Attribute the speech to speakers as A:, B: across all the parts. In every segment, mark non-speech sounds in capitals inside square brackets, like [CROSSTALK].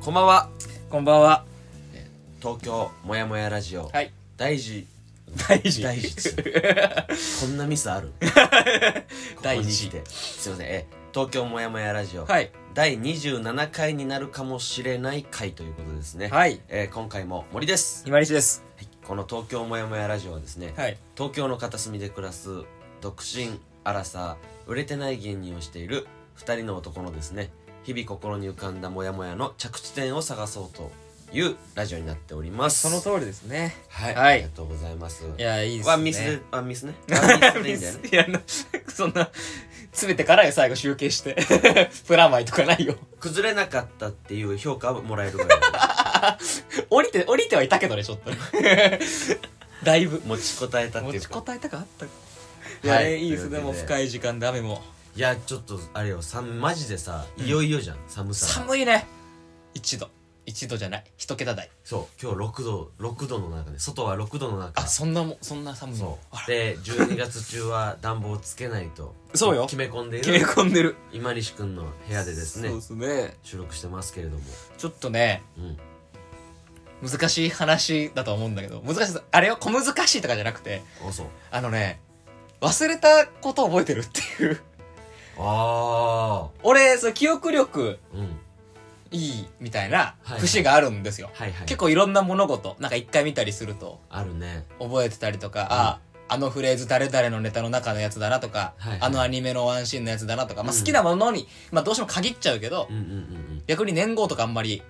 A: こんばんは
B: こんばんは。
A: 東京もやもやラジオ、
B: はい
A: 大事
B: 大事。
A: 大事っつ
B: [LAUGHS]
A: こんなミスあるここ
B: 大
A: に来
B: 事。
A: てすいませんえ東京もやもやラジオ、
B: はい。
A: 第27回になるかもしれない回ということですね、
B: はい。
A: えー今回も森です、
B: ひまりしです。
A: はいこの東京もやもやラジオはですね、
B: はい。
A: 東京の片隅で暮らす独身アラサー売れてない芸人をしている2人の男のですね日々心に浮かんだモヤモヤの着地点を探そうというラジオになっております
B: その通りですね。
A: はい、
B: はい
A: ありがとうございます
B: いや、いいですね。
A: ワンミスでワンミス
B: [LAUGHS]
A: ねワンミスでいいんだよね
B: いや、な [LAUGHS] そんな、すべてからよ、最後集計して。 [LAUGHS] プラマイとかないよ。
A: 崩れなかったっていう評価をもらえるぐらい
B: 降りて、降りてはいたけどね、ちょっとね。 [LAUGHS] だいぶ。
A: 持ちこたえたって
B: 持
A: いう
B: ち
A: か
B: こたえたかあったか。い
A: は
B: や、
A: い
B: いいですね。
A: という
B: も
A: わ
B: う
A: けで
B: 深い時間で雨も。
A: いやちょっとあれよさマジでさいよいよじゃん、寒さが
B: 寒いね。一度。一度じゃない。一桁台。
A: そう今日6度6度の中で外は6度の中
B: あ、そんなもん、そんな寒いのあ
A: そ。
B: ら
A: うで12月中は暖房つけないと
B: そうよ
A: 決め込んでい
B: 切れ
A: る
B: 込んでる。
A: 今西君の部屋でですね
B: そうですね。
A: 収録してますけれども、
B: ちょっとね、
A: うん、
B: 難しい話だと思うんだけど難しいですあれは小難しいとかじゃなくて
A: あそう
B: あのね忘れたことを覚えてるっていう
A: あ
B: 俺そう記憶力
A: あうん
B: いいみたいな
A: はい
B: 節があるんですよ、
A: はいはい
B: 結構いろんな物事なんか一回見たりすると
A: あるね
B: 覚えてたりとか、ああのフレーズ誰々のネタの中のやつだなとか、
A: はいはい
B: あのアニメのワンシーンのやつだなとか、まあ、
A: うん
B: 好きなものに、まあ、どうしても限っちゃうけど、
A: うんうんうん
B: 逆に年号とかあんまり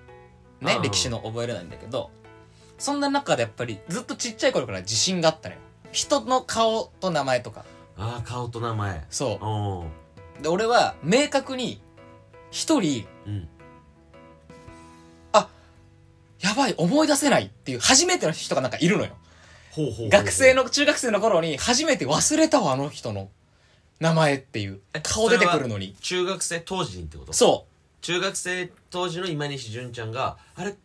B: ね
A: うん
B: 歴史の覚えれないんだけどそんな中でやっぱりずっとちっちゃい頃から自信があったのよ人の顔と名前とか
A: ああ顔と名前
B: そ
A: おー
B: うで俺は明確に一人
A: うん
B: やばい思い出せないっていう初めての人がなんかいるのよ
A: ほうほうほうほう
B: 学生の中学生の頃に初めて忘れたわあの人の名前っていう
A: え
B: 顔出てくるのに
A: 中学生当時にってこと
B: そ
A: 中学生当時の今西純ちゃんがあれ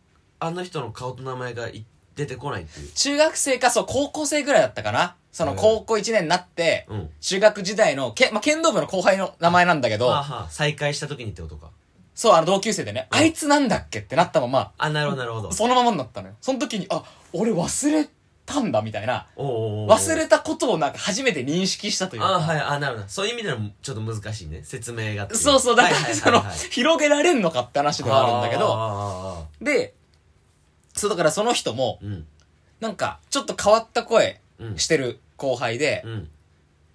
A: あの人の顔と名前がい出てこないっていう
B: う中学生かそう高校生ぐらいだったかなその
A: うん
B: 高校1年になって
A: うん
B: 中学時代のけ、まあ、剣道部の後輩の名前なんだけど
A: はあはあ再会した時にってことか
B: そう、あの同級生でね、あいつなんだっけってなったまま、
A: あなるほどなるほど
B: そのままになったのよ。その時に、あ、俺忘れたんだ、みたいな。
A: おーおーおー
B: 忘れたことをなんか初めて認識したというか。
A: あはいあなるほどそういう意味でもちょっと難しいね説明がってい
B: そうそう、だから、
A: はいはい
B: そ
A: はい
B: の
A: はい、
B: 広げられんのかって話ではあるんだけど、
A: あ
B: で、そう、だからその人も
A: ー、うん
B: なんか、ちょっと変わった声
A: うん
B: してる後輩で、
A: うん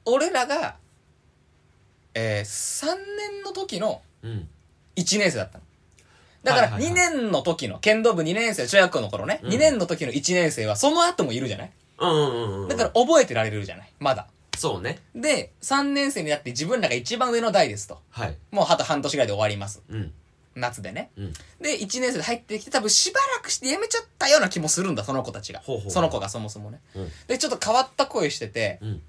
B: 俺らが、えー、3年の時の
A: うん
B: 1年生だったの。だから
A: はいはいは
B: 2
A: い
B: 年の時の、剣道部2年生、中学校の頃ね、
A: うん
B: 2年の時の1年生はその後もいるじゃない
A: うんうんうん
B: だから覚えてられるじゃないまだ。
A: そうね
B: で、3年生になって自分らが一番上の代ですと。
A: はい
B: もうあと半年ぐらいで終わります。
A: うん
B: 夏でね。
A: うん
B: で、1年生で入ってきて多分しばらくして辞めちゃったような気もするんだ、その子たちが。
A: ほうほう
B: その子がそもそもね。
A: うん
B: で、ちょっと変わった声してて、
A: うん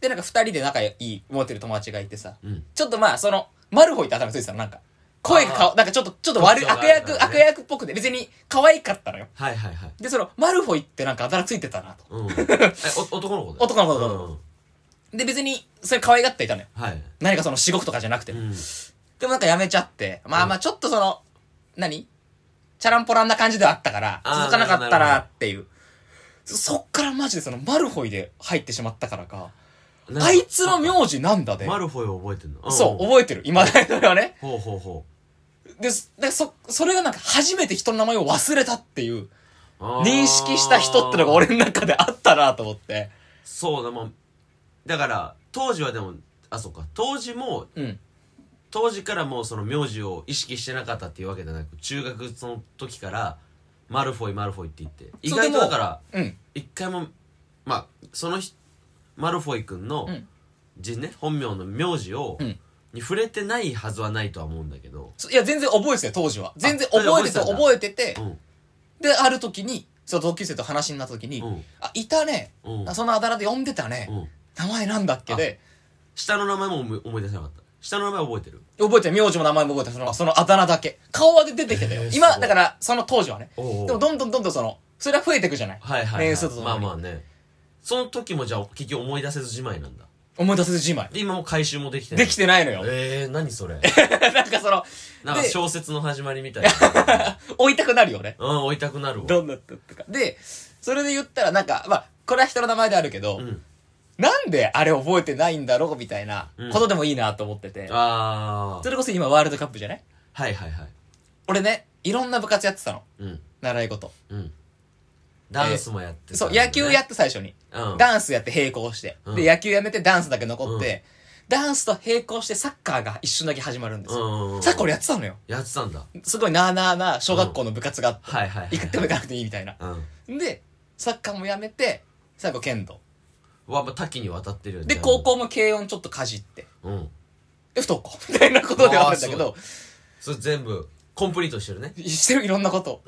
B: で、なんか2人で仲いい、持ってる友達がいてさ、
A: うん
B: ちょっとまあ、その、マルホイって頭ついてたの、なんか。声がかわ、なんかちょっと、ちょっと悪い、
A: 特徴が
B: 悪
A: ある
B: 役、
A: からね
B: 悪役っぽくて、別に可愛かったのよ。
A: はいはいはい
B: で、その、マルホイってなんかあだ名ついてたなと。 [LAUGHS]
A: うんえお男の子だよ
B: 男の子男の子
A: うんうん
B: で、別に、それ可愛がっていたのよ。
A: はい
B: 何かその、至極とかじゃなくて
A: う。ん
B: でもなんかやめちゃって、まあまあちょっとその、何チャランポランな感じではあったから、
A: あー
B: 続かなかった
A: なるほどなる
B: ら
A: ほど
B: っていう。そそっからマジでその、マルホイで入ってしまったからか、
A: なんか
B: あいつの名字なんだで、
A: マルフォイを覚えてんの
B: そう、
A: ん
B: 覚えてる。今だにそれはね。
A: ほうほうほ
B: で、そでそ、それがなんか初めて人の名前を忘れたっていう、
A: うあー
B: 認識した人ってのが俺の中であったなと思って。
A: そうだもんだから当時はでもあそうか当時も
B: うん。
A: 当時からもうその名字を意識してなかったっていうわけじゃなく中学その時からマルフォイマルフォイって言って意
B: そうで
A: 外
B: も
A: とだか
B: う
A: ら
B: ん。
A: 一回もまあそのひマルフォイ君の
B: うん
A: 字ね、本名の名字を、
B: うん
A: に触れてないはずはないとは思うんだけど、
B: そいや、全然覚えてたよ、当時は。全然覚えてて、
A: あそれ
B: 覚えてて
A: う、ん
B: で、ある時に、その同級生と話になった時に
A: う、ん
B: あ、いたね。
A: うん
B: あそのあだ名で呼んでたね。
A: うん、
B: 名前なんだっけで、
A: 下の名前も思い思い出せなかった下の名前覚えてる
B: 覚えてる。名字も名前も覚えてる。その、そのあだ名だけ。顔は出てきてたよ
A: へ。ーす
B: 今、
A: ごい
B: だから、その当時はね。
A: お
B: でも、どんどんどんどんその、それは増えていくじゃない。
A: はいはい、はい
B: 年数ととも
A: まあ
B: に
A: まあねその時もじゃあ結局思い出せずじまいなんだ
B: 思い出せずじまい。
A: で今もう回収もできてない
B: できてないのよ。
A: えー、何
B: [LAUGHS]
A: それ
B: なんかその、
A: なんか
B: で
A: 小説の始まりみたいな
B: [LAUGHS] 追いたくなるよね。
A: うん置いたくなるわ
B: どんなとか。で、それで言ったらなんか、まあ、これは人の名前であるけど、
A: うん
B: なんであれ覚えてないんだろうみたいな
A: うん
B: ことでもいいなと思ってて。
A: あー
B: それこそ今ワールドカップじゃない
A: はいはいはい
B: 俺ね、いろんな部活やってたの。
A: うん
B: 習い事。
A: うんダンスもやってた
B: そ
A: ん
B: う、
A: だね
B: 野球やって最初に。
A: うん
B: ダンスやって並行して。
A: うん
B: で、野球やめてダンスだけ残って、ダンスと並行してサッカーが一瞬だけ始まるんです
A: うん
B: よ。
A: うんうん
B: サッカー俺やってたのよ。
A: やってたんだ
B: すごいなあなあなあ小学校の部活があって、
A: はいはいはい
B: 行っても行かなくていいみたいな。
A: うん
B: で、サッカーもやめて、最後剣道。
A: うわまあ多岐にわたってるよね
B: で、
A: じゃあも
B: 高校も軽音ちょっとかじって。
A: うん
B: で、不登校。 [LAUGHS] みたいなことではあるんだけど、
A: それ全部コンプリートしてるね
B: してるいろんなこと。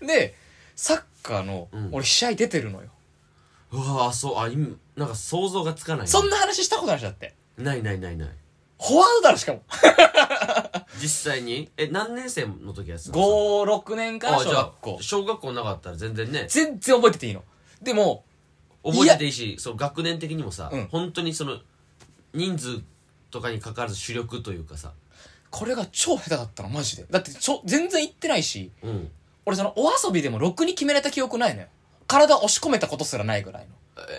B: で、サッカーの
A: うん、
B: 俺試合出てるのよ。
A: うわあそうあ今なんか想像がつかない
B: そんな話したことない人だって。
A: ないないないない
B: フォワードだろ、しかも。
A: 実際にえ何年生の時やってたの
B: 5、6年から
A: あ
B: 小
A: じゃあ
B: 学校。
A: 小学校なかったら全然ね
B: 全然覚えてていいの。でも、
A: 覚えてていいしそう学年的にもさ、
B: うん
A: 本当にその人数とかにかかわらず主力というかさ
B: これが超下手だったの、マジで。だって、ちょ、全然行ってないし、
A: うん
B: 俺その、お遊びでもろくに決められた記憶ないのよ。体押し込めたことすらないぐらいの。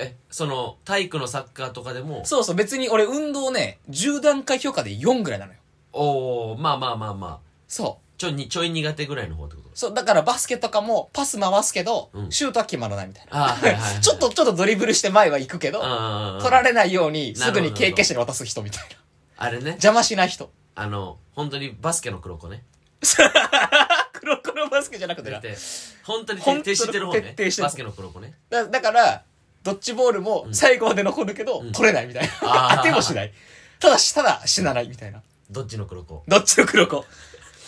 A: えその体育のサッカーとかでも
B: そうそう、別に俺運動ね、10段階評価で4ぐらいなのよ。
A: おおまあまあまあまあ
B: そ
A: ちょにちょい苦手ぐらいの方ってこと
B: う。そう、だからバスケとかもパス回すけど、
A: うん
B: シュートは決まらないみたいな。
A: あーはいはいは
B: [LAUGHS]
A: い
B: ちょっと、ちょっとドリブルして前は行くけど、
A: あ
B: 取られないように
A: な
B: す
A: るほ
B: ぐ
A: ど
B: に経験者に渡す人みたいな。
A: あれね
B: 邪魔しない人。 [LAUGHS]
A: あの本当にバスケの黒子ね
B: 黒黒バスケじゃなくて
A: だ
B: な。
A: って本当に
B: 本
A: 徹
B: 当
A: 底
B: に
A: してる方ね
B: 徹底してる
A: バスケの黒子ね
B: だだから、ドッジボールも最後まで残るけど、
A: うん
B: 取れないみたい
A: あ
B: な。[LAUGHS]
A: ー
B: 当てもしない。ただし、ただ死なないみたいな。
A: どっちの黒子
B: どっちの黒子。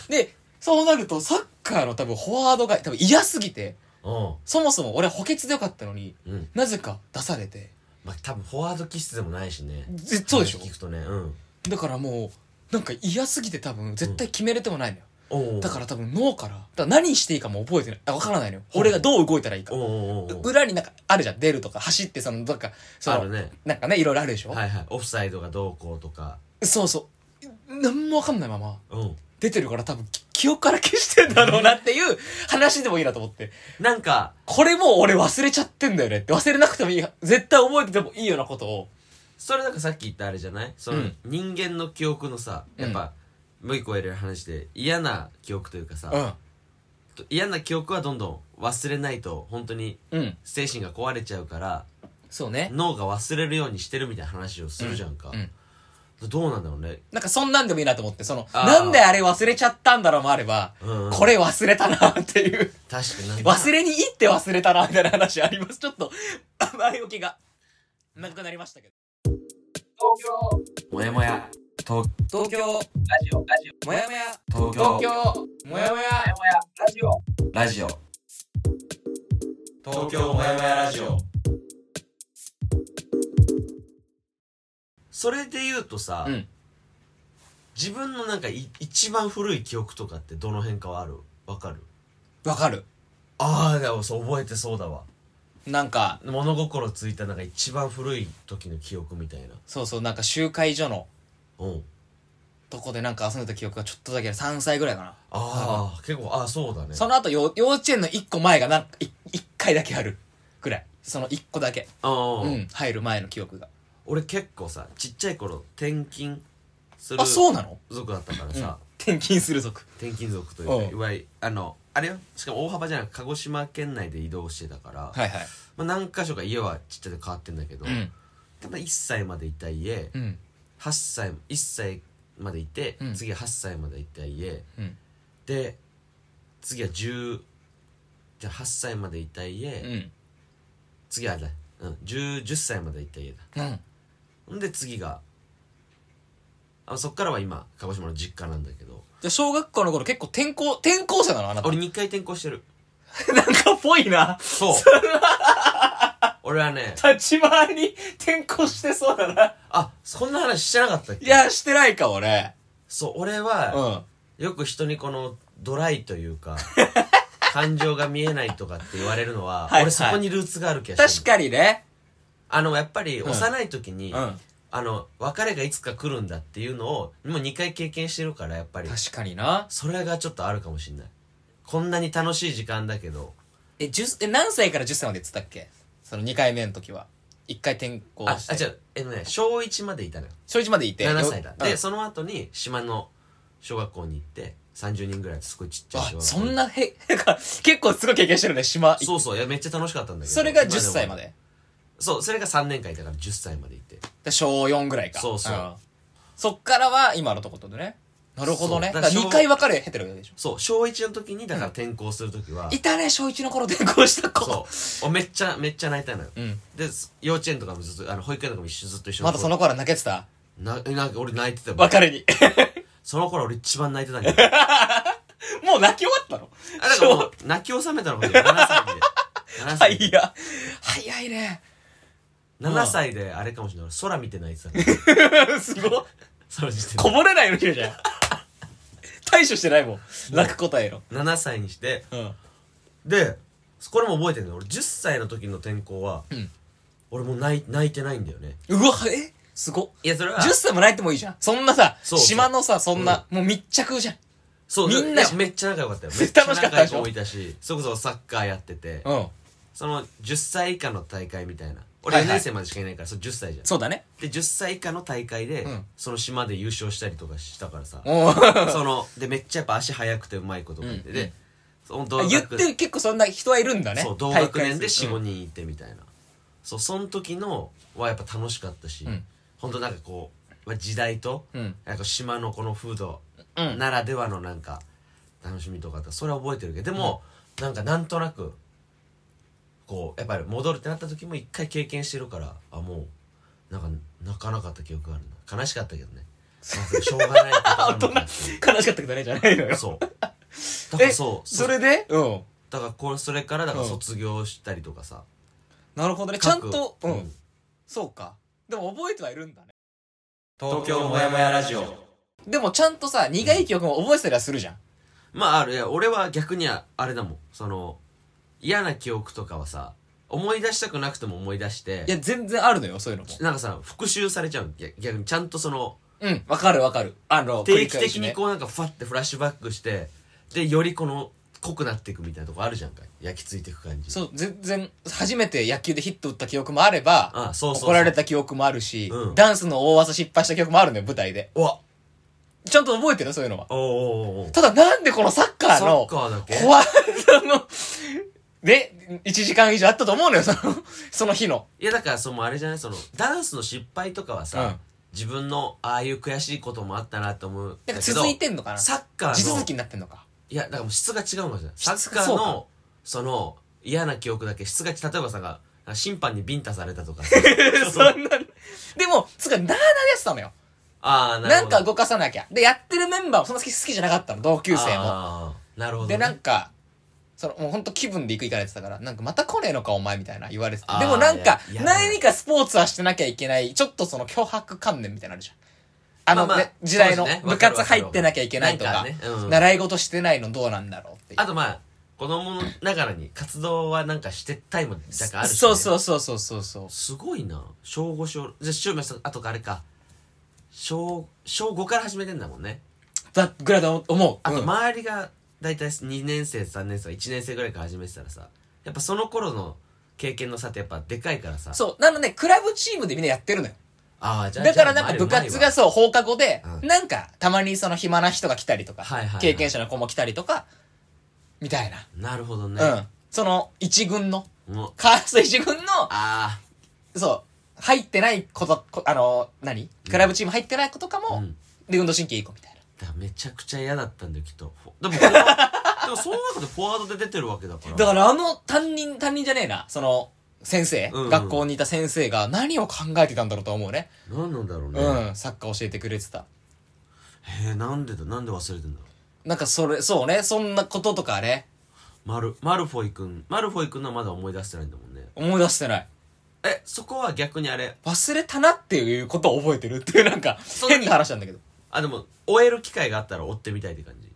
B: で、そうなると、サッカーの多分フォワードが多分嫌すぎて、
A: うん
B: そもそも俺補欠でよかったのに、
A: うん
B: なぜか出されて。
A: まあ多分フォワード気質でもないしね
B: ぜそうでしょ
A: 聞くとねうん
B: だからもう、なんか嫌すぎて多分絶対決めれてもないのよ。
A: おお
B: だから多分脳から、だから何していいかも覚えてない。あ、わからないのよ。俺がどう動いたらいいか
A: お。おお
B: 裏になんかあるじゃん。出るとか走ってその、なんか、そ
A: あ
B: の、
A: るね
B: なんかね、いろいろあるでしょ、
A: はいはいオフサイドがどうこうとか
B: そうそう。なんもわかんないまま、
A: うん
B: 出てるから多分き記憶から消してんだろうなっていう話でもいいなと思って。
A: なんか
B: これもう俺忘れちゃってんだよねって。忘れなくてもいい。絶対覚えててもいいようなことを。
A: それなんかさっき言ったあれじゃないその、
B: うん
A: 人間の記憶のさやっぱ、もう一個やる話で嫌な記憶というかさ、
B: うん。
A: 嫌な記憶はどんどん忘れないと本当に
B: うん。
A: 精神が壊れちゃうから
B: そうね。
A: 脳が忘れるようにしてるみたいな話をするじゃんか、
B: うん。
A: どうなんだろうね、
B: なんかそんなんでもいいなと思って、その、
A: あー
B: なんであれ忘れちゃったんだろうもあれば、
A: うん、
B: これ忘れたなっていう。
A: 確かになんか
B: 忘れに行って忘れたなみたいな話あります。ちょっと、前置きが、長くなりましたけど。
A: もやもや東
B: 東京、ラジオ、ラジオ、もやもや、
A: 東
B: 東京、もやもや。
A: ラジオ東京もやもやラジオそれで言うとさ、
B: うん
A: 自分のなんかい一番古い記憶とかってどの辺かはあるわかる
B: わかる。
A: ああでもそう覚えてそうだわ
B: なんか、
A: 物心ついたなんか一番古い時の記憶みたいな
B: そうそう、なんか集会所の
A: うん
B: とこでなんか遊んでた記憶がちょっとだけある3歳ぐらいかな。
A: ああ結構ああそうだね
B: その後、よ幼稚園の1個前がなんか、1回だけあるぐらい。その1個だけ。
A: あ、
B: う
A: うん、
B: ん、入る前の記憶が。
A: 俺結構さちっちゃい頃転勤する
B: あ、そうなの
A: 族だったからさ、
B: 転勤する族。
A: 転勤族という
B: う
A: か
B: ん
A: いわゆるあのあれよしかも大幅じゃなく鹿児島県内で移動してたから、
B: はいはい。
A: まあ、何箇所か家はちっちゃく変わってんだけど、
B: うん。
A: ただ1歳までいた家
B: うん。
A: 8歳1歳までいて、
B: うん
A: 次8歳までいた家
B: うん。
A: で次は10じゃあ8歳までいた家、
B: うん。
A: 次はあれだ、うん、10, 10歳までいた家だ
B: うん。
A: ほんで次があそっからは今鹿児島の実家なんだけど
B: じゃあ小学校の頃結構転校、転校生なのあなた。
A: 俺2回転校してる
B: なんかぽいな。
A: そう [LAUGHS] 俺はね
B: 立ち回りに転校してそうだな。
A: あこんな話してなかったっけ
B: いや、してないか、俺。
A: そう俺
B: うん。
A: は
B: あ
A: よく人にこのドライとい
B: [LAUGHS]
A: うか感情が見えないとかって言われるのは、
B: はい
A: 俺そこにルーツがある気がして
B: 確かにね。
A: あのやっぱり
B: うん
A: 幼い時に、
B: うん
A: あの別れがいつか来るんだっていうのをもう2回経験してるからやっぱり
B: 確かにな
A: それがちょっとあるかもしれないこんなに楽しい時間だけど
B: え10え何歳から10歳まで言ってたっけその2回目の時は1回転校
A: あ
B: して
A: あじゃあえっとね小1までいたのよ
B: 小1までいて
A: 7歳だ
B: うん
A: でその後に島の小学校に行って30人ぐらいすごいちっちゃい
B: あ
A: 小学校
B: そんなへ [LAUGHS] 結構すごい経験してるね島
A: そうそういやめっちゃ楽しかったんだけど
B: それが10歳ま
A: で
B: でだか
A: そうそれが3年間いたから10歳までいて
B: ら小4ぐらいか
A: そうそうん
B: そっからは今のとこってことねなるほどね
A: そう
B: だ
A: だ
B: か
A: からら小
B: 2回別れ経てるわけでしょ
A: そう小1の時にだから転校する時は、
B: いたね小1の頃転校した子
A: そうおめっちゃめっちゃ泣いたのよ
B: うん
A: です幼稚園とかもずっとあの保育園とかも一緒ずっと一緒
B: まだその頃は泣けてた
A: ななんか俺泣いてたもん
B: 別れに [LAUGHS]
A: その頃俺一番泣いてたんだけど
B: もう泣き終わったの
A: あだからもう泣き収めたのかもしれない7歳で7
B: [LAUGHS] は
A: 歳
B: い
A: で
B: や早いね [LAUGHS]
A: 7歳であれかもしれない俺空見て泣いてたから
B: すごい
A: その時点
B: こぼれないのきれじゃん [LAUGHS] 対処してないもん泣く答えの
A: で7歳にして
B: うん
A: でこれも覚えてるのよ俺10歳の時の転校は、
B: うん
A: 俺もう泣い泣いてないんだよね
B: うわえすごっ
A: いやそれは
B: 10歳も泣いてもいいじゃんそんなさ
A: そうそう
B: 島のさそんな、もう密着じゃん
A: そう
B: みんない
A: やめっちゃ仲良かったよめっちゃ
B: [LAUGHS] 楽しかった
A: 仲良
B: で
A: い
B: しょ
A: 子もいたしそれこそサッカーやってて
B: うん
A: その10歳以下の大会みたいな
B: は
A: 俺
B: いは
A: 4
B: い
A: 年生までしかいないから、それ10歳じゃん
B: そうだね
A: で10歳以下の大会で、
B: うん
A: その島で優勝したりとかしたからさ
B: お
A: そのでめっちゃやっぱ足速くてうまい子とかいて、
B: うんうん
A: でその同学
B: 言って結構そんな人はいるんだね
A: そう同学年で
B: 大会する
A: 45人いてみたいな、そうその時のはやっぱ楽しかったし、
B: うん
A: ほんとなんかこう時代と、
B: うん
A: なんか島のこの風土
B: うん、うん
A: ならではのなんか楽しみとかってそれは覚えてるけどでも、なんかなんとなくこうやっぱり戻るってなった時も一回経験してるからあもうなんか泣かなかった記憶があるな悲しかったけどね、まあしょうがないこと
B: あ [LAUGHS] 大人
A: なのかなってい
B: 悲しかったけどねじゃないの
A: う
B: よ [LAUGHS]
A: そうだからそう
B: そ
A: そう
B: れでうん
A: だからこれそれからだから
B: うん
A: 卒業したりとかさ、
B: なるほどねちゃん
A: 各
B: とう、
A: うんん
B: そうかでも覚えてはいるんだね
A: 東京もやもやラジオ
B: でもちゃんとさ苦い記憶も覚えてたりはするじゃん
A: まああるいや俺は逆にはあれだもんその嫌な記憶とかはさ思い出したくなくても思い出して
B: いや全然あるのよそういうのも
A: なんかさ復習されちゃうの逆逆にちゃんとその
B: うんわかるわかるあの
A: 定
B: 繰り
A: 期
B: 返
A: 的
B: し
A: に
B: ね
A: こうなんかファッてフラッシュバックしてでよりこの濃くなっていくみたいなとこあるじゃんか焼き付いていく感じ
B: そう全然初めて野球でヒット打った記憶もあれば
A: あそうそうそう
B: 怒られた記憶もあるし、
A: うん
B: ダンスの大技失敗した記憶もあるのよ舞台で
A: うわ
B: ちゃんと覚えてるよそういうのは
A: おおおうおう
B: ただなんでこのサッカー
A: サッ
B: の
A: カーだけ
B: 怖いそので1時間以上あったと思うのよそのその日の
A: いやだからそのあれじゃないそのダンスの失敗とかはさ、
B: うん
A: 自分のああいう悔しいこともあったなと思うん
B: なん
A: だけ
B: か
A: ど
B: 続いてんのかな
A: サッカーの
B: 地続きになってんのか
A: いやだからもう質が違うのじゃないサ
B: 質
A: ッ
B: が
A: カ
B: そ
A: ー
B: うか
A: のその嫌な記憶だけ質が例えばさが審判にビンタされたとか
B: [LAUGHS] そんなでもつかなーなーでやってたのよ
A: ああ
B: なんか
A: 5
B: 動かさなきゃでやってるメンバーもそんな好き好きじゃなかったの同級生も
A: もなるほど、
B: で
A: ね、
B: なんかそのもうほんと気分で行く行かれてたからなんかまた来ねえのかお前みたいな言われてた
A: あー
B: でもなんか
A: いやいや
B: 何かスポーツはしてなきゃいけないちょっとその脅迫観念みたいなのあるじゃんあの、
A: まあまあ
B: ね時代の
A: そうですね
B: 部活入ってなきゃいけないとか
A: わかるわかるなんかねうん
B: 習い事してないのどうなんだろうっていう
A: あとまあ子供ながらに活動はなんかしてたいもんだからあるし、ね、
B: そうそううそうそうそうそう
A: すごいな小5小じゃあしゅうめいさんあとかあれか小小5から始めてんだもんね
B: だぐらいだと思う
A: あと
B: うん
A: 周りが大体2年生3年生1年生ぐらいから始めてたらさやっぱその頃の経験の差ってやっぱでかいからさ
B: そうなのでクラブチームでみんなやってるのよ
A: ああじゃあ
B: だから
A: じ
B: な
A: ゃ
B: ん
A: あ
B: か
A: 周り
B: 部活
A: うまい
B: が
A: わ
B: そう放課後で、
A: うん
B: なんかたまにその暇な人が来たりとか、
A: はいはいはい
B: 経験者の子も来たりとかみたいな、
A: なるほどね、
B: うんその一軍の
A: もう
B: カースト一軍の
A: あ
B: そう入ってないことこあの何クラブチーム入ってない子とか
A: あう
B: も、
A: ん
B: で運動神経いい子みたいな
A: だからめちゃくちゃ嫌だったんだよきっとフォで
B: [LAUGHS]
A: もフォワでもその中でフォワードで出てるわけだから
B: だからあの担任担任じゃねえなその先生、
A: うんうん
B: 学校にいた先生が何を考えてたんだろうと思うね
A: 何なんだろうね、
B: うん、サッカー教えてくれてた
A: へえなんでだなんで忘れてんだろう
B: なんかそれそうねそんなこととかね
A: マルマルフォイ君マルフォイ君のはまだ思い出してないんだもんね
B: 思い出してない
A: えそこは逆にあれ
B: 忘れたなっていうことを覚えてるっていうなんか
A: んな
B: 変な話なんだけど
A: あでも終える機会があったら追ってみたいって感じ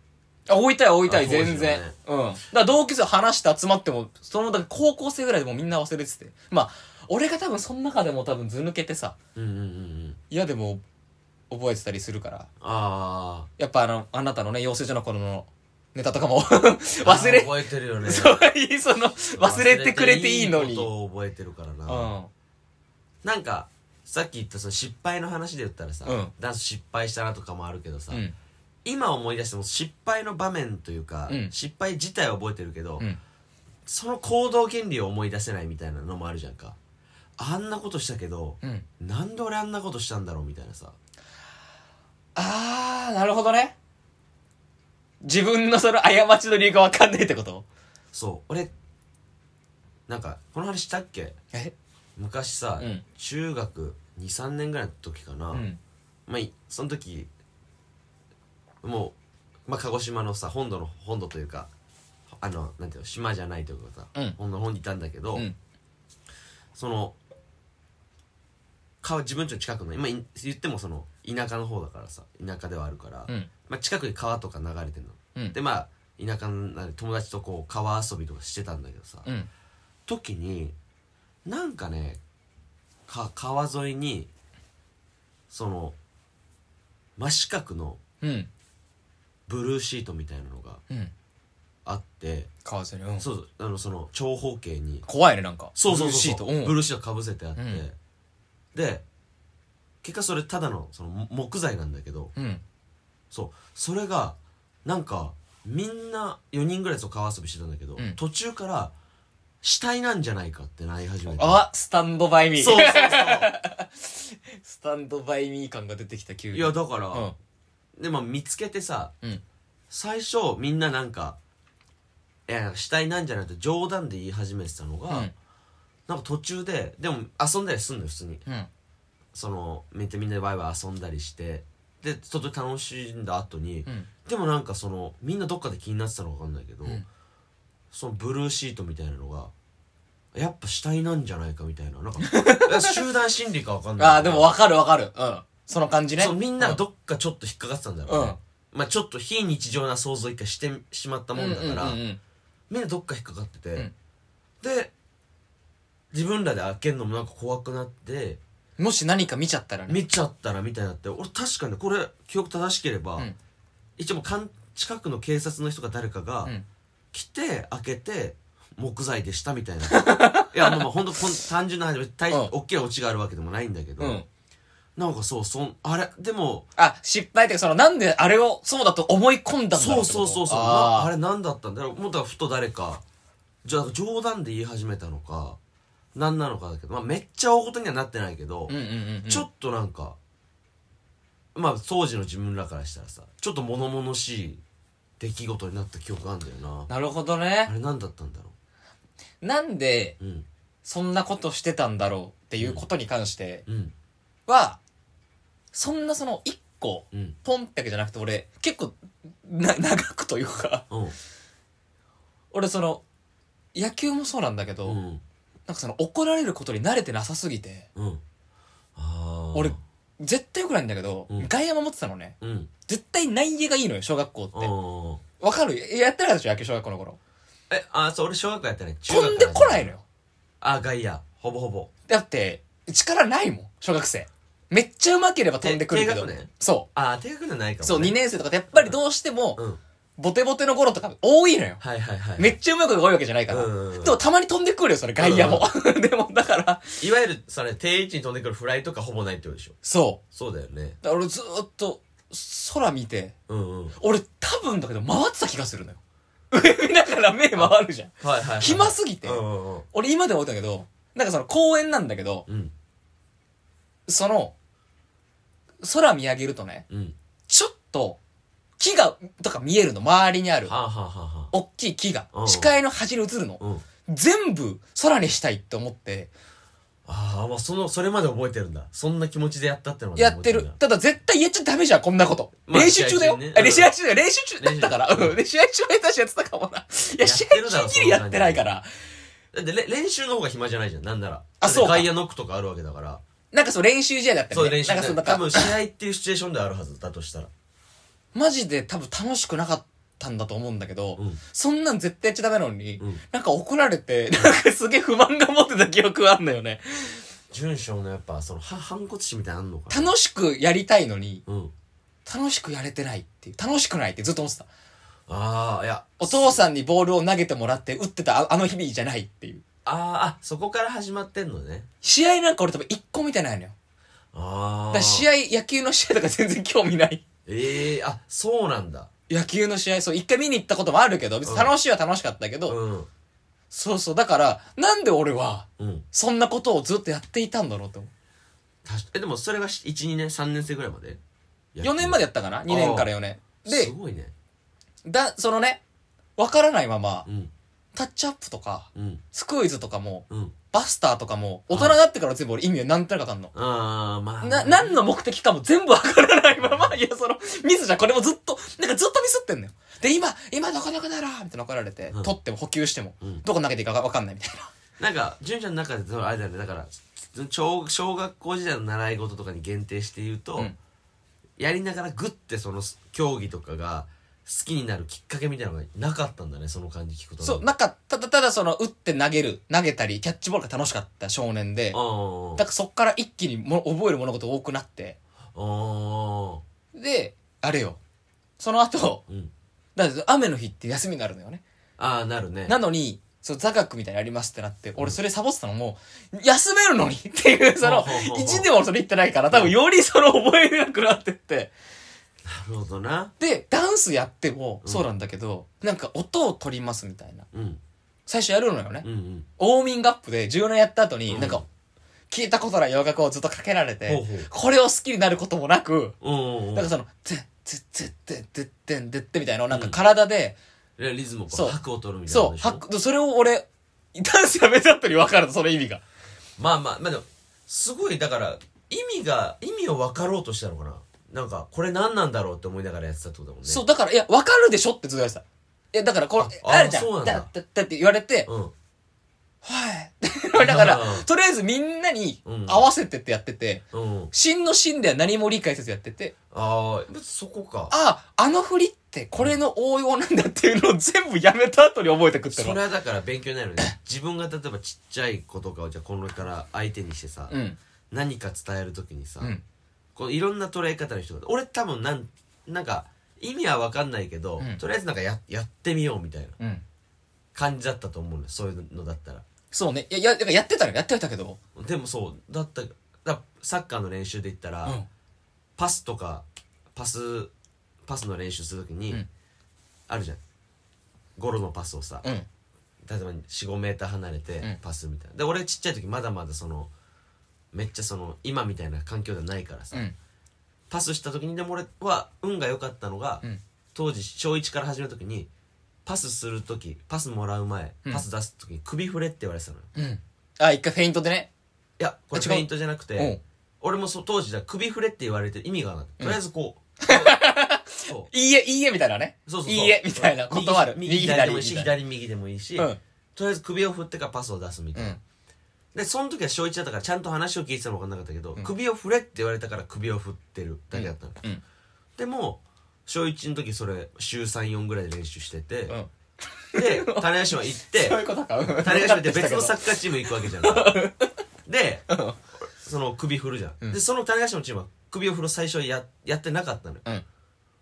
B: あ追いたい追いたい
A: あそうです
B: 全
A: よね
B: 然、うんだから同級生話して集まってもそのだから高校生ぐらいでもうみんな忘れててまあ俺が多分その中でも多分図抜けてさ
A: うんうんうんうん
B: 嫌でも覚えてたりするから
A: あ
B: やっぱあのあなたのね養成所の頃のネタとかも
A: あ
B: [LAUGHS] 忘れ
A: 覚えてるよね
B: そういいその忘れてくれていいのに
A: 忘れていいことを覚えてるからな、
B: うん
A: なんかさっき言ったその失敗の話で言ったらさ、
B: うん
A: ダンス失敗したなとかもあるけどさ、
B: うん
A: 今思い出しても失敗の場面というか、
B: うん
A: 失敗自体は覚えてるけど、
B: うん
A: その行動原理を思い出せないみたいなのもあるじゃんかあんなことしたけど
B: うん
A: なんで俺あんなことしたんだろうみたいなさ
B: ああなるほどね自分のその過ちの理由が分かんねえってこと
A: そう俺なんかこの話したっけ
B: え
A: 昔さ、
B: うん
A: 中学23年ぐらいの時かな、
B: うん
A: まあいその時もう、まあ、鹿児島のさ本土の本土というかあのなんていうの島じゃないというか
B: う
A: さ、
B: ん
A: 本土の方にいたんだけど、
B: うん
A: その川自分家の近くの今い言ってもその田舎の方だからさ田舎ではあるから、
B: うん
A: まあ、近くに川とか流れてるの、
B: うん
A: でまあ田舎の友達とこう川遊びとかしてたんだけどさ、
B: うん
A: 時になんかねか川沿いにその真四角の
B: うん
A: ブルーシートみたいなのが
B: うん
A: あって
B: 川沿いにうん
A: そうそうあのその長方形に
B: 怖いねなんか
A: そうそうそう
B: シート
A: そう
B: う
A: ブ
B: ん
A: ルーシートかぶせてあって、
B: うん
A: で結果それただのそのも木材なんだけど
B: うん
A: そうそれがなんかみんな4人ぐらいそう川遊びしてたんだけど、
B: うん
A: 途中から死体なんじゃないかってなり始めて
B: あスタンドバイミー
A: そうそうそう
B: スタンドバイミー感が出てきた急に
A: いやだから、
B: うん
A: でも見つけてさ
B: うん
A: 最初みんななんか「いやなんか死体なんじゃない?」って冗談で言い始めてたのが、
B: うん
A: なんか途中ででも遊んだりすんのよ普通に
B: うん
A: そのめっちゃみんなでワイワイ遊んだりしてでちょっと楽しんだ後に、
B: うん
A: でもなんかそのみんなどっかで気になってたのか分かんないけど、
B: ん
A: そのブルーシートみたいなのがやっぱ死体なんじゃないかみたいななんかい
B: [LAUGHS]
A: や集団心理か分かんない
B: ああでも分かる分かるうんその感じね
A: そうみんながどっかちょっと引っかかってたんだろうね、まあ、ちょっと非日常な想像を一回してしまった
B: うん
A: もんだから、
B: うんうんうん
A: みんなどっか引っかかってて、
B: うん
A: で自分らで開けるのもなんか怖くなって
B: うんもし何か見ちゃったらね
A: 見ちゃったらみたいになって俺確かにこれ記憶正しければ、
B: うん
A: 一応もうかん近くの警察の人か誰かが
B: うん
A: 来て開けて木材でしたみた
B: [LAUGHS]
A: いないやもうまあほんとこん単純な話大
B: うん
A: 大きなオチがあるわけでもないんだけど、
B: うん
A: なんかそうそんあれでも
B: あ失敗っていうかそのなんであれをそうだと思い込んだんだろ
A: そう
B: ってこと
A: そうそうそうああ
B: あ
A: れ何だったんだろうもうだからふと誰かじゃあ冗談で言い始めたのか何なのかだけど、まあ、めっちゃ大事にはなってないけど、
B: あうんうんうんうん
A: ちょっとなんかまあ当時の自分らからしたらさちょっと物々しい出来事になった記憶があるんだよな
B: なるほど
A: あ
B: ね
A: れ何だったんだろ
B: なんで
A: ううん
B: そんなことしてたんだろうっていうことに関して
A: うん
B: はそんなその一個
A: うん
B: ポンってわけじゃなくて俺結構な [LAUGHS] 長くというか
A: うん
B: 俺その野球もそうなんだけど、
A: うん
B: なんかその怒られることに慣れてなさすぎて
A: うんあー
B: 俺絶対よくないんだけど、
A: うん
B: 外野守ってたのね
A: うん
B: 絶対内野がいいのよ小学校っ
A: あ
B: て
A: ー
B: わかるやってなかったでしょ野球小学校の頃
A: えあそう俺小学校やったね中学
B: 飛んでこないいのよ
A: あ外野ほぼほぼ
B: だって力ないもん小学生めっちゃうまければ飛んでくるけど
A: 低低学年
B: そ
A: あー低学年ないかも、
B: う
A: ね、
B: そう2年生とかってやっぱりどうしても
A: うん
B: ボテボテの頃とか多いのよ
A: はいはいはい
B: めっちゃうまいことが多いわけじゃないから、
A: うんうんうん
B: でもたまに飛んでくるよそれ外野も、 [LAUGHS] でもだから
A: いわゆるそれ定位置に飛んでくるフライとかほぼないってことでしょ
B: そ
A: そうだよね
B: うだから俺ずーっと空見て
A: うんうん
B: 俺多分だけど回ってた気がするのよ。 [LAUGHS] 上見ながら目回るじゃん。
A: はいはい、はい、
B: 暇すぎて。
A: うんうんうん
B: 俺今でも思ったけど、なんかその公園なんだけど、
A: うん
B: その、空見上げるとね、
A: うん
B: ちょっと、木が、とか見えるの、周りにある。
A: はあはあはあはあ
B: 大きい木が
A: う、ん
B: 視界の端に映るの。
A: うん
B: 全部空にしたいって思って、
A: ああまあそのそれまで覚えてるんだそんな気持ちでやったってのまで
B: やって
A: 覚え
B: る。ただ絶対やっちゃダメじゃん、こんだこと。
A: まあ
B: 練習中だよ。
A: 試合中にね
B: あ
A: うん
B: 練習中だよ。練習中だったから。
A: 練習中
B: うん。で試合中は下手しやってたかもな。いや、
A: やっ
B: 試
A: て
B: 合
A: るだ
B: 中
A: ろ
B: きりやってないから。
A: だってれ練習の方が暇じゃないじゃんなんなら
B: あそうか
A: だって外野ノックとかあるわけだから
B: なんかそう練習試合だった
A: そ
B: よ
A: う
B: ね。
A: 練習
B: なんかそうなん
A: 多分
B: か、
A: 試合っていうシチュエーションであるはずだとしたら
B: マジで多分楽しくなかったんだと思うんだけど、
A: うん
B: そんなん絶対やっちゃダメなのに、
A: うん
B: なんか怒られて、なんかすげえ不満が持ってた記憶があんだよね。
A: 純正のやっぱそのは反骨心みたいなのあんのかな
B: 楽しくやりたいのに、
A: うん
B: 楽しくやれてないっていう、楽しくないってずっと思ってた。
A: ああいや
B: お父さんにボールを投げてもらって打ってたああの日々じゃないっていう。
A: あーあそこから始まってんのね
B: 試合なんか俺多分一個見てないのよ。だか
A: ああ
B: ら試合、野球の試合とか全然興味ない。
A: ええあそうなんだ
B: 野球の試合、そう、一回見に行ったこともあるけど、別に楽しいは楽しかったけど、
A: うん
B: そうそう、だから、なんで俺は、
A: うん
B: そんなことをずっとやっていたんだろうと思
A: たしえでもそれが12年3年生ぐらいまで
B: う。4年ま
A: で
B: でやったかな ?2 年から4年。
A: す
B: で、
A: ごいね
B: だ、そのね、わからないまま
A: う、ん
B: タッチアップとか、
A: うん
B: スクイズとかも、
A: うん
B: バスターとかも、大人になってから全部俺意味はなんとなくわかんの。
A: ああまあ
B: な、何の目的かも全部わからないまま、いや、その、ミスじゃん、これもずっと、なんかずっとミスってんのよ。で、今、今どこどこだろみたいな怒られて、
A: うん
B: 取っても補給しても、
A: うん
B: どこ投げていいかわかんないみたいな。
A: なんか純ちゃんの中でそのあれだよねだから小小学校時代の習い事とかに限定して言うと、
B: うん
A: やりながらグッてその競技とかが好きになるきっかけみたいなのがなかったんだねその感じ聞くと
B: そう、
A: な
B: なんか、ただただその、打って投げる、投げたり、キャッチボールが楽しかった少年で、
A: あ
B: だからそっから一気にも覚える物事多くなって、
A: あ
B: で、あれよ。その後、
A: うん
B: だから雨の日って休みになるのよね。
A: ああなるね
B: なのに、そう、座学みたいなのやりますってなって、俺それサボってたのも、休めるのにって
A: [LAUGHS]
B: いう、その
A: ほうほうほうほ、う
B: 一年もそれ言ってないから、多分よりその覚えなくなってって。
A: なるほどな
B: で、ダンスやっても、
A: うん
B: そうなんだけど、なんか音を取りますみたいな。
A: うん
B: 最初やるのよね。
A: うんうん
B: ウォーミングアップで10年やった後
A: う
B: に、
A: ん
B: なんか、聞いたことない洋楽をずっとかけられ
A: ほう
B: て
A: ほう、
B: これを好きになることもなく、
A: うんうん
B: なんか
A: うん
B: その、ててててててんてってみたいな、なんか体で、
A: リズムをこう
B: そう
A: 吐くを取るみたいな
B: そう、はくそれを俺、ダンスやめた後に分かるの、その意味が。
A: うまあまあまあでもすごいだから意味が意味を分かろうとしたのかななんかこれ何なんだろうって思いながらやってたってことだもんね
B: そう、だから、いや、分かるでしょってずっと言われてた。いや、だから、これ、
A: ああ
B: あるじゃ。
A: そうんなんだ
B: だ、だ、だって言われて、
A: うん
B: はい。 [LAUGHS] だから
A: うん、
B: とりあえずみんなに
A: うん
B: 合わせてってやってて、
A: うん
B: 真の真では何も理解せずやってて、
A: ああそこか
B: ああ、あの振りってこれの応用なんだっていうのを全部やめた後に覚えてくって
A: そ
B: の
A: れはだから勉強になるよね自分が例えばちっちゃい子とかをじゃあこのから相手にしてさ、
B: うん。
A: 何か伝える時にさ、
B: うん。
A: こういろんな捉え方の人が俺多分なんなんか意味は分かんないけど、
B: うん
A: とりあえずなんかややってみようみたいな
B: うん。
A: 感じだったと思うのよそういうのだったら
B: そうね。いや、いや、だからやってたのよやってたけど。
A: でもそうだっただサッカーの練習で言ったら、パスとかパスパスの練習する時に、
B: うん
A: あるじゃんゴロのパスをさ、
B: うん。うん。
A: 例えば45メーター離れ
B: うん
A: てパスみたいな、で俺ちっちゃい時まだまだそのめっちゃその今みたいな環境ではないからさ、
B: うん。
A: パスした時にでも俺は運が良かったのが、
B: うん
A: 当時小1から始める時にパスする時パスもらう前
B: うん
A: パス出す時に首振れって言われてたのよ、
B: うん。あ、一回フェイントでね。
A: いやこれ
B: あ違
A: フ
B: う
A: ェイントじゃなく
B: うん
A: て俺もそう当時だ首振れって言われて意味がなかったとりあえずこう、そう
B: いいえ、いいえ、みたいなね。
A: そうそうそう
B: いいえ、みたいな。
A: 右
B: 断る。
A: 右
B: 右
A: 左
B: 左
A: でもい
B: み
A: いし
B: たいな。
A: 左右でもいいし、
B: うん。
A: とりあえず首を振ってからパスを出すみた
B: う
A: いな、
B: ん。
A: でその時は小1だったからちゃんと話を聞いてたの分かんなかったけど、
B: うん
A: 首を振れって言われたから首を振ってるだけだったの、
B: うん。
A: でも小1の時それ週34ぐらいで練習してて、
B: うん。
A: で種子島行って
B: そういうことか。うん。
A: 種子島行って別のサ
B: さ
A: ッカーチーム行くわけじゃない
B: [LAUGHS]
A: でその首振るじゃん、
B: うん
A: でその種子島のチームは首を振る最初ややってなかったのよ
B: うん。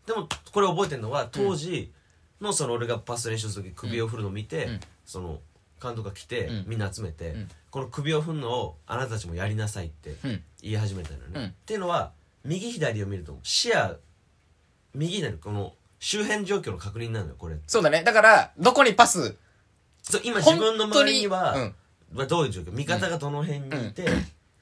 A: でもこれ覚えてるのは当時のその俺がパス練習する時首を振るのを見て、
B: うん
A: その監督が来て、
B: うん
A: みんな集めて、
B: うん
A: この首を振るのをあなたたちもやりなさいって
B: うん。
A: 言い始めたのね、
B: うん
A: っていうのは右左を見ると視野右左この周辺状況の確認なのよこれ
B: そうだね。だから、どこにパス。
A: そう今自
B: 本
A: 分の
B: 当
A: 周り
B: に
A: には、
B: うん。
A: はどういう状況味方がどの辺にいて、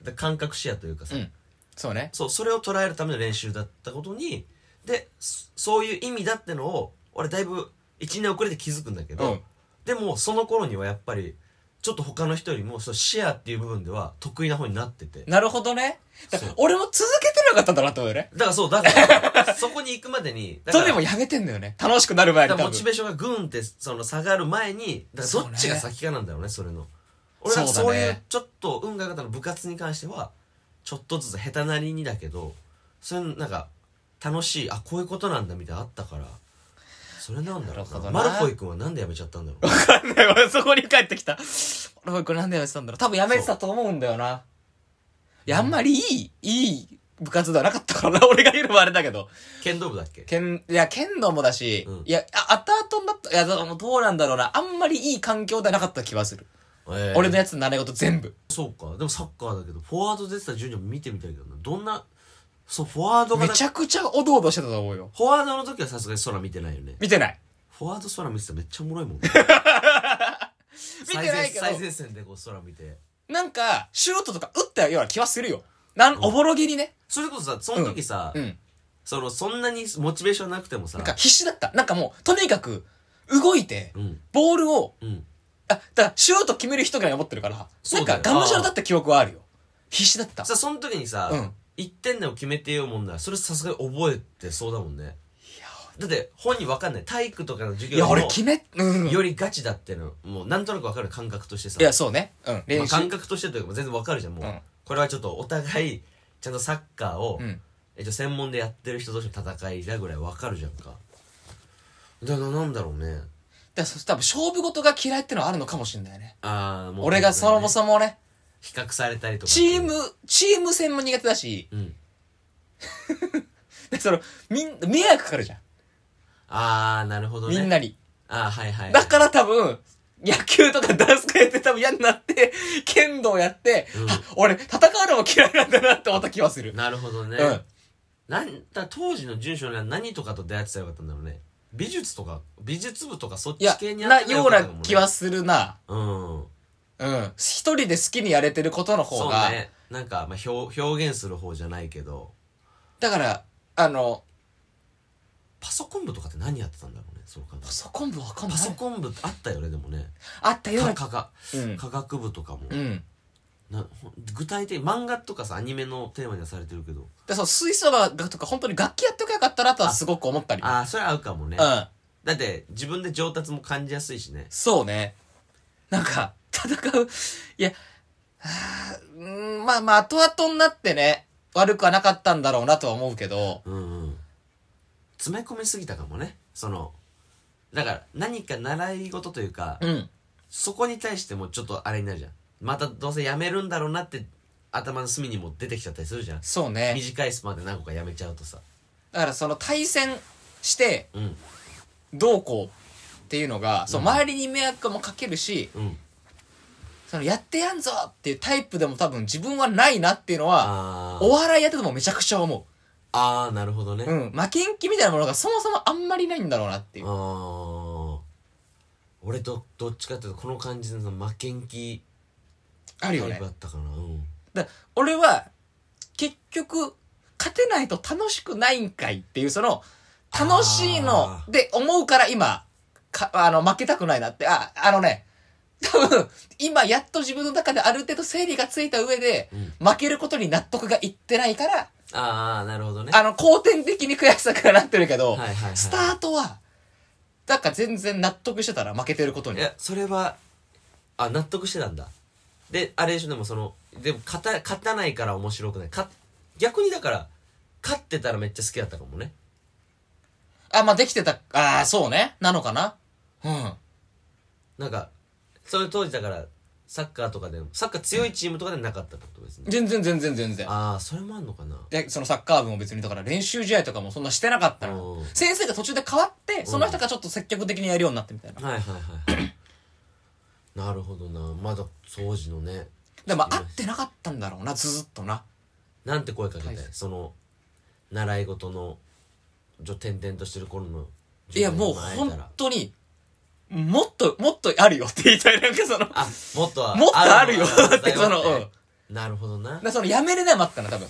A: で感覚視野というかさ、
B: うん。そうね。
A: そうそれを捉えるための練習だったことにでそそういう意味だってのを俺だいぶ1年遅れて気づくんだけど、
B: うん
A: でもその頃にはやっぱりちょっと他の人よりもそう視野っていう部分では得意な方になってて
B: なるほどね。だ
A: そう
B: 俺も続けてなかったんだなって思うよね。
A: だからそうだからそこに行くまでにだか
B: ど
A: ら
B: れもやめてんだよね。楽しくなる前に
A: だ
B: 多
A: から
B: 分。
A: モチベーションがグーンってその下がる前にだからどっちが先かなんだろうねそれの俺なんか
B: そ
A: そうう
B: だね
A: いうちょっと運が良かったの部活に関してはちょっとずつ下手なりにだけどそういうなんか楽しいあこういうことなんだみたいなのあったからそれなんだ
B: なる
A: ろ
B: ほど
A: う
B: な
A: なマルコイ君はなんで辞めちゃったんだろう
B: わかんない俺そこに帰ってきた。俺、これなんでやめてたんだろう。多分やめてたと思うんだよな。いや、あんまりいい、いい部活ではなかったからな。俺が言うのもあれだけど。
A: 剣道部だっけ
B: 剣、いや、剣道もだし、
A: うん
B: いや、あ、後々になった、いや、だからもうどうなんだろうな。あんまりいい環境ではなかった気はする。
A: えー
B: 俺のやつの習い事全部。
A: そうかでもサッカーだけどフォワード出てた順序見てみたいけどなどんなそうフォワードが
B: め
A: な
B: ちゃくちゃおどおどしてたと思うよ。
A: フォワードの時はさすがに空見てないよね
B: 見てない。
A: フォワード空見てたらめっちゃおもろいもん見
B: 見てないけど
A: 最前線でこう空見て
B: なんか、シュートとか打ったような気はするよ。なん、おぼろげにね。
A: それこそさその時さ、
B: うん。
A: そのそんなにモチベーションなくてもさ
B: なんか必死だった。なんかもう、とにかく、動いて、
A: うん
B: ボールを、
A: うん
B: あ、だから、シュート決める人ぐらい思ってるから、
A: そ
B: なん
A: うだ
B: か、
A: よ
B: がむしゃらだった記憶はあるよ。必死だった。
A: さその時にさ、
B: うん
A: 一1点でも決めてようもんならそれさすがに覚えてそうだもんねだって本人わかんない体育とかの授
B: い
A: 業
B: や、
A: よ
B: 俺
A: りも
B: 決め、うん。い
A: よりガチだってのもうなんとなくわかる感覚としてさ
B: や、そうね。うん。
A: まあ
B: 練習。
A: 感覚としてというか全然わかるじゃんもう、
B: うん
A: これはちょっとお互いちゃんとサッカーを、
B: うん。
A: えっと専門でやってる人同士の戦いだぐらいわかるじゃんかだからなんだろうね
B: だからそ多分勝負事が嫌いってのはあるのかもしれないね。
A: ああもう
B: 俺がそも
A: も
B: そもね、
A: 比較されたりとか
B: チーム、チーム戦も苦手だし、
A: うん
B: でその、みん、迷惑かかるじゃん。
A: ああなるほどね
B: みんなに。
A: ああはいはい、はい、
B: だから多分、野球とかダンスやって多分嫌になって、剣道やって、
A: うん
B: あ、俺、戦うのも嫌いなんだなって思った気はする。
A: なるほどね、
B: うん
A: なんだ当時の準将には何とかと出会ってたらよかったんだろうね美術とか美術部とかそっ
B: い
A: ち
B: や
A: 系に、あ
B: な、
A: ってたら
B: よ
A: よ
B: う
A: かっ
B: な
A: たかもね
B: 気はするな。
A: うん
B: うん。一人で好きにやれてることの方
A: そう
B: が、
A: ねなんか、まあ、表表現する方じゃないけど
B: だから、あの、
A: パソコン部とかって何やってたんだろうねそう考えた
B: パ
A: ら
B: ソコン部わかんな
A: パ
B: い。
A: ソコン部ってあったよねでもね
B: あったような。
A: か科学
B: うん。
A: 科学部とかも、
B: うん。
A: なほん具体的に漫画とかさアニメのテーマにはされてるけど
B: で、そう、吹奏楽とか本当に楽器やっておけばよかったなとはすごく思ったり。
A: ああそれ合うかもね、
B: うん。
A: だって自分で上達も感じやすいしね
B: そうね。なんか、戦う、いや、あーうーんまあまあ、後々になってね、悪くはなかったんだろうなとは思うけど、
A: うんうん詰め込みすぎたかもねそのだから何か習い事というか、
B: うん。
A: そこに対してもちょっとあれになるじゃんまたどうせやめるんだろうなって頭の隅にも出てきちゃったりするじゃん
B: そうね。
A: 短いスパンで何個かやめちゃうとさ
B: だからその対戦して、
A: うん
B: どうこうっていうのが、そう、
A: うん
B: 周りに迷惑もかけるし、
A: うん
B: そのやってやんぞっていうタイプでも多分自分はないなっていうのは、
A: あー
B: お笑いやっててもめちゃくちゃ思
A: あーなるほどね、
B: う。うん。負けん気みたいなものがそもそもあんまりないんだろうなっていう。
A: ああ俺とどっちかっていうとこの感じのその負けん気
B: あ
A: タ
B: る
A: イ
B: よ
A: プ
B: ね
A: だ。ったかな、うん
B: だ俺は、結局、勝てないと楽しくないんかいっていう、その、楽しいの
A: あ、ー
B: で、思うから今、か、あの、負けたくないなって、あ、あのね、 [LAUGHS] 多分、今やっと自分の中である程度整理がついた上で、負けることに納得がいってないから、
A: ああなるほどね
B: あの、後天的に悔しさからなってるけど、
A: はいはいはい
B: スタートは、なんか全然納得してたら負けてること
A: い
B: に。
A: やそれはあ納得してたんだであれでしょでもそのでも勝た勝たないから面白くないか逆にだから勝ってたらめっちゃ好きだったかもね
B: あ、まあ、できてた、ああ、そうね、なのかな。うん。
A: なんかそれ当時だからサッカーとかでもサッカー強いチームとかでなかったってことですね、
B: 全然全然全然。
A: ああそれもあんのかな
B: で、そのサッカー部も別にだから練習試合とかもそんなしてなかった
A: う
B: の
A: ん。
B: 先生が途中で変わって、その人がちょっと積極的にやるようになってみたいな。
A: はいはいはいはいなるほどなまだ当時のね
B: でも会ってなかったんだろうな、ずずっとな。
A: なんて声かけて
B: 大切
A: その習い事のじょ転々としてる頃の
B: いや、もう
A: 自分に会えた
B: 本
A: ら
B: 当に、もっと、もっとあるよって言いたい。なんかその、
A: [LAUGHS] あもっとは
B: もっとあるよ
A: あ
B: ってそのうん
A: なるほどな
B: でその辞めれないもあったの多分。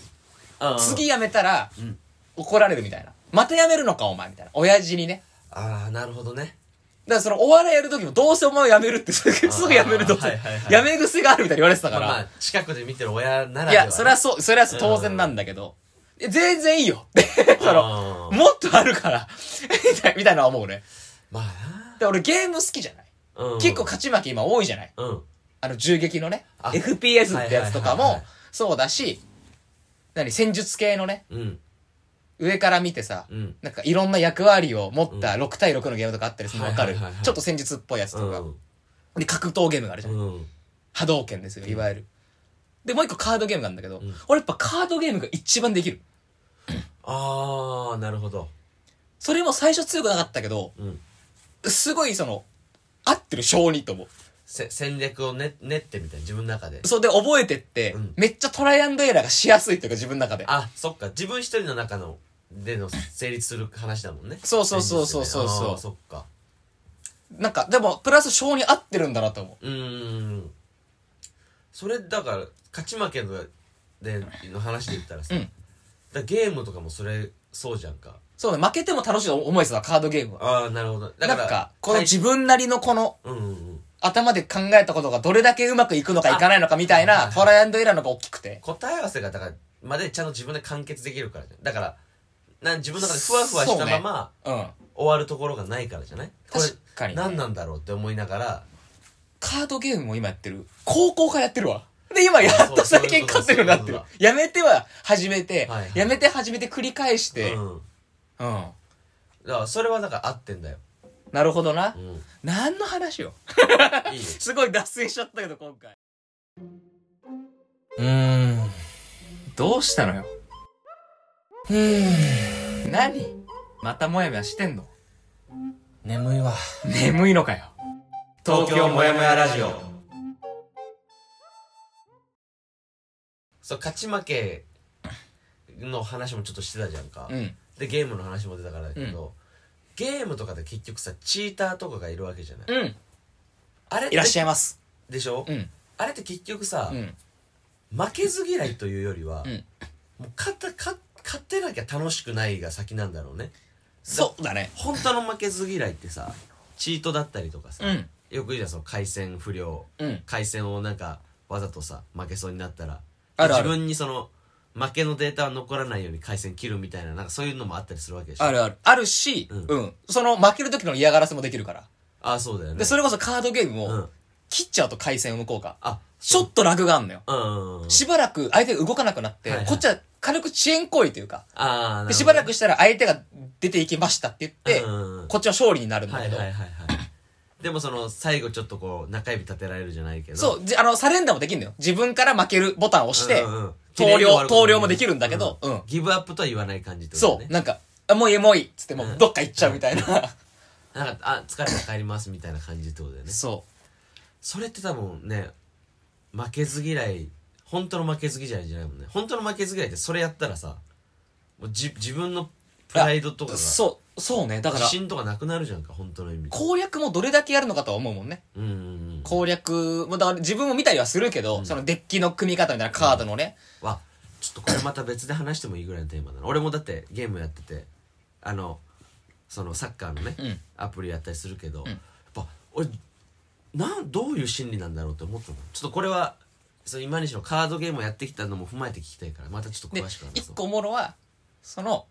B: 次辞めたら
A: うん、
B: 怒られるみたいな。また辞めるのかお前みたいな。親父にね。
A: ああなるほどね
B: だからそのお笑いやる時もどうせお前は辞めるって、すぐ [LAUGHS] すぐ辞めると
A: はいはいは
B: 辞
A: い
B: め癖があるみたいに言われてた
A: ま
B: か
A: あ、ま
B: ら
A: あ。近くで見てる親なら
B: い
A: ではね、
B: や、それはそう、それはそう
A: うん
B: 当然なんだけど。いや全然いいよ。 [LAUGHS] でその、
A: うん
B: もっとあるから、 [LAUGHS] みたいみたいなのは思うね。
A: ま
B: で、俺ゲーム好きじゃない、
A: あな、うん、
B: 結構勝ち負け今多いじゃない
A: うん
B: あの、銃撃のね、
A: あ
B: FPS ってやつとか
A: はいはいはい
B: も
A: はい、
B: そうだし、何、戦術系のね、
A: うん
B: 上から見てさ、
A: うん
B: なんかいろんな役割を持った
A: うん
B: 6対6のゲームとかあったりするの分かる、
A: はいはいはいはい
B: ちょっと戦術っぽいやつとか、
A: う
B: で格闘ゲームがあるじゃん、
A: んうん
B: 波動拳ですよいわゆる、でもう一個カードゲームなんだけど、
A: うん
B: 俺やっぱカードゲームが一番できる
A: ああなるほど
B: それも最初強くなかったけど
A: うん
B: すごいその合ってる性にと思う
A: せ戦略をね練ってみたいな自分の中で
B: そうで覚えてって、
A: うん
B: めっちゃトライアンドエラーがしやすいというか自分の中で
A: あそっか自分一人の中のでの成立する話だもんね
B: そうそうそうそうそうそう
A: あーそっか
B: なんかでもプラス性に合ってるんだなと思
A: うーんそれだから勝ち負けのでの話で言ったらさ、
B: うん
A: だからゲームとかもそれそうじゃんか
B: うそうね負けても楽しいと思いさカードゲームは
A: ああなるほど
B: な
A: だか
B: ん
A: ら
B: かこの
A: 対
B: 自分なりのこの
A: うんうんうん
B: 頭で考えたことがどれだけうまくいくのかいかないのかみたい
A: あ
B: なトライアンドエラーのが大きくて
A: 答え合わせがだからまでちゃんと自分で完結できるからじゃんだからなん自分の中でふわふわしたまま、
B: うん
A: 終わるところがないからじゃないこれ
B: 確かにね
A: 何なんだろうって思いながら
B: カードゲームも今やってる高校からやってるわで今やっと
A: そう
B: 最近勝てるようになって
A: そういう
B: る
A: こと
B: やめては始めて、
A: はいはい
B: やめて始めて繰り返して、うん
A: うん、だからそれはだから合ってんだよ、
B: なるほどな
A: うん、いいよ
B: 何の話よすごい脱線しちゃったけど今回 [LAUGHS] うーんどうしたのようーん何またもやもやしてんの
A: 眠いわ
B: 眠いのかよ
A: そう勝ち負けの話もちょっとしてたじゃんか、
B: うん
A: でゲームの話も出たからだけど、ゲームとかで結局さチーターとかがいるわけじゃない、
B: うん
A: あれって
B: いらっしゃいます
A: でしょ、
B: うん
A: あれって結局さ
B: う、ん
A: 負けず嫌いというよりは、
B: うん
A: もう勝った勝勝ってなきゃ楽しくないが先なんだろうね
B: そうだね
A: 本当の負けず嫌いってさチートだったりとかさ、
B: うん
A: よく言うじゃんその回線不良
B: うん
A: 回線をなんかわざとさ負けそうになったら
B: あるある
A: 自分にその負けのデータは残らないように回線切るみたいななんかそういうのもあったりするわけでしょ
B: あるあるあるし、
A: うん
B: うん、その負ける時の嫌がらせもできるから
A: あそうだよね
B: でそれこそカードゲーム
A: う
B: を
A: ん
B: 切っちゃうと回線を向こうが
A: あ
B: ちょっとラグがあんのよ
A: うんうんうん
B: しばらく相手が動かなくなって、
A: はいはい
B: こっちは軽く遅延行為というか
A: あ
B: でしばら
A: く
B: くしたら相手が出ていきましたって言って、こっちは勝利になるんだ
A: は
B: け
A: い
B: ど、
A: はいはいはいでもその最後ちょっとこう中指立てられるじゃないけど
B: そうじあのサレンダーもできるのよ自分から負けるボタンを押して、
A: うんうんうん
B: 投
A: 綺麗に終わ
B: 了
A: る
B: 投了もできるんだけど、
A: う
B: うんん
A: ギブアップとは言わない感じってこと
B: そ
A: ね
B: うなんかあもういいもういいっつっても
A: うん
B: うどっか行っちゃうみたいな、
A: なんかあ疲れた帰りますみたいな感じってことだよ
B: [LAUGHS]
A: ね
B: そ
A: それって多分ね負けず嫌い本当の負けず嫌いじゃないもんね本当の負けず嫌いってそれやったらさもうじ自分のプライドとか
B: う
A: が
B: そうそうねだから
A: 自信とかなくなるじゃんか本当の意味で
B: 攻略もどれだけやるのかとは思うもんね
A: うんうんうん
B: 攻略もだから自分も見たりはするけど、そのデッキの組み方みたいなカードのね、
A: わちょっとこれまた別で話してもいいぐらいのテーマだな俺もだってゲームやっててあのそのサッカーのね、
B: ん
A: アプリやったりするけど、
B: ん
A: やっぱ俺なんどういう心理なんだろうって思ったのちょっとこれはその今にしろカードゲームをやってきたのも踏まえて聞きたいからまたちょっと
B: で
A: 詳しく話
B: 一
A: そう
B: 個おもろはその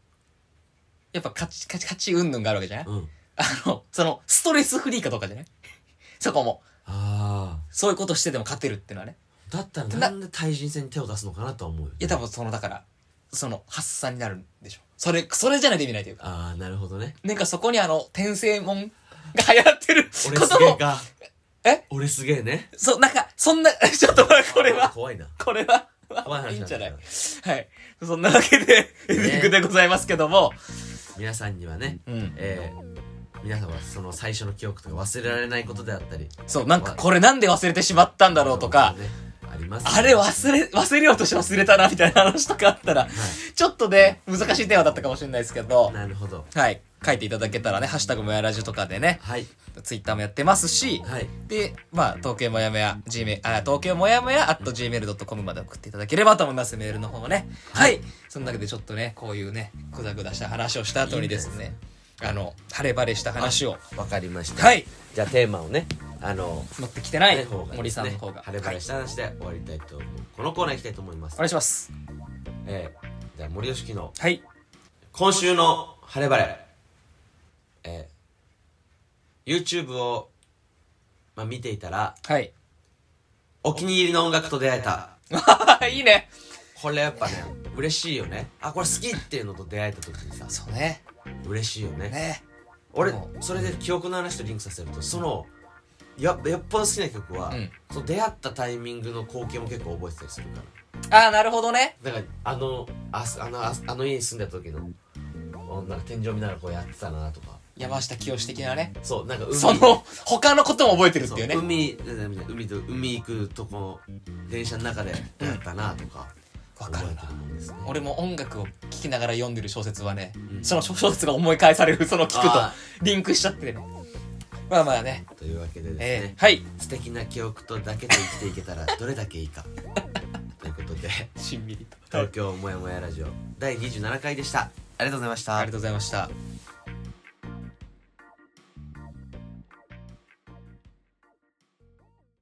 B: やっぱ勝ち勝ち勝ち云々があるわけじゃない、
A: うん
B: あのそのストレスフリーかどうかじゃない [LAUGHS] そこも
A: ああ
B: そういうことしてでも勝てるっていうのはね
A: だったら
B: な
A: なんで対人戦に手を出すのかなとは思うよ
B: いや多分そのだからその発散になるんでしょそれそれじゃないと意味ないというか
A: ああなるほどね
B: なんかそこにあの転生もんが流行ってる
A: 俺
B: こ
A: す
B: と
A: げえ
B: も
A: か
B: え
A: 俺すげえね
B: そうなんかそんな [LAUGHS] ちょっとまあ [LAUGHS] これ
A: あー
B: は
A: 怖いな
B: これは
A: 怖い話なんだ
B: いいんじゃないはいそんなわけでエンディングでございますけども、
A: 皆さんにはね、
B: うん
A: えー皆さんはその最初の記憶とか忘れられないことであったり
B: そうなんかこれなんで忘れてしまったんだろうとか、
A: ねあります
B: あれ忘れ、忘れようとして忘れたな、みたいな話とかあったら、ちょっとね、難しいテーマだったかもしれないですけど、
A: なるほど
B: はい。書いていただけたらね、ハッシュタグもやラジオとかでね、
A: はい
B: ツイッターもやってますし、
A: はい
B: で、まあ、東京もやもや、gmail、あ、東京もやもや、at gmail.com まで送っていただければと思います、メールの方もね。はい。そんなわけでちょっとね、こういうね、ぐだぐだした話をした後にですね、あの、晴れ晴れした話を、
A: わかりました
B: はい。
A: じゃあテーマをねあの
B: 持ってきてない、
A: ない方がですね
B: 森さんの方が。
A: 晴れ晴れし
B: はい
A: た話で終わりたいと思うこのコーナー行きたいと思いま
B: お
A: す
B: 願いします。
A: えーじゃあ森吉の
B: はい。
A: 今週の晴れ晴れえー YouTube をまあ見ていたら
B: はい。
A: お気に入りの音楽と出会えた
B: いいね。
A: これやっぱね嬉しいよねあこれ好きっていうのと出会えた時にさ
B: そうね
A: 嬉しいよね
B: ね
A: 俺
B: もう
A: それで記憶の話とリンクさせるとそのややっぱ好きな曲は、
B: うん
A: その出会ったタイミングの光景も結構覚えてたりするから
B: ああなるほどね
A: だからあのあすあのあすあの家に住んでた時のおなんか天井見ながらこうやってたなとか
B: 山下清的なね
A: そうなんか海
B: その他のことも覚えてるっていうね
A: そう海うん海と海行くとこ電車の中で出会ったなとか
B: わかるな
A: 覚えてもんですね
B: 俺も音楽を聴きながら読んでる小説はね、
A: うん
B: その小説が思い返されるその聞くと
A: あ
B: リンクしちゃってねまあまあね、
A: というわけでです
B: え
A: ね、
B: ー、はい
A: 素敵な記憶とだけで生きていけたらどれだけいいかということで
B: しんみりと、
A: 東京もやもやラジオ第27回でしたありがとうございました
B: ありがとうございました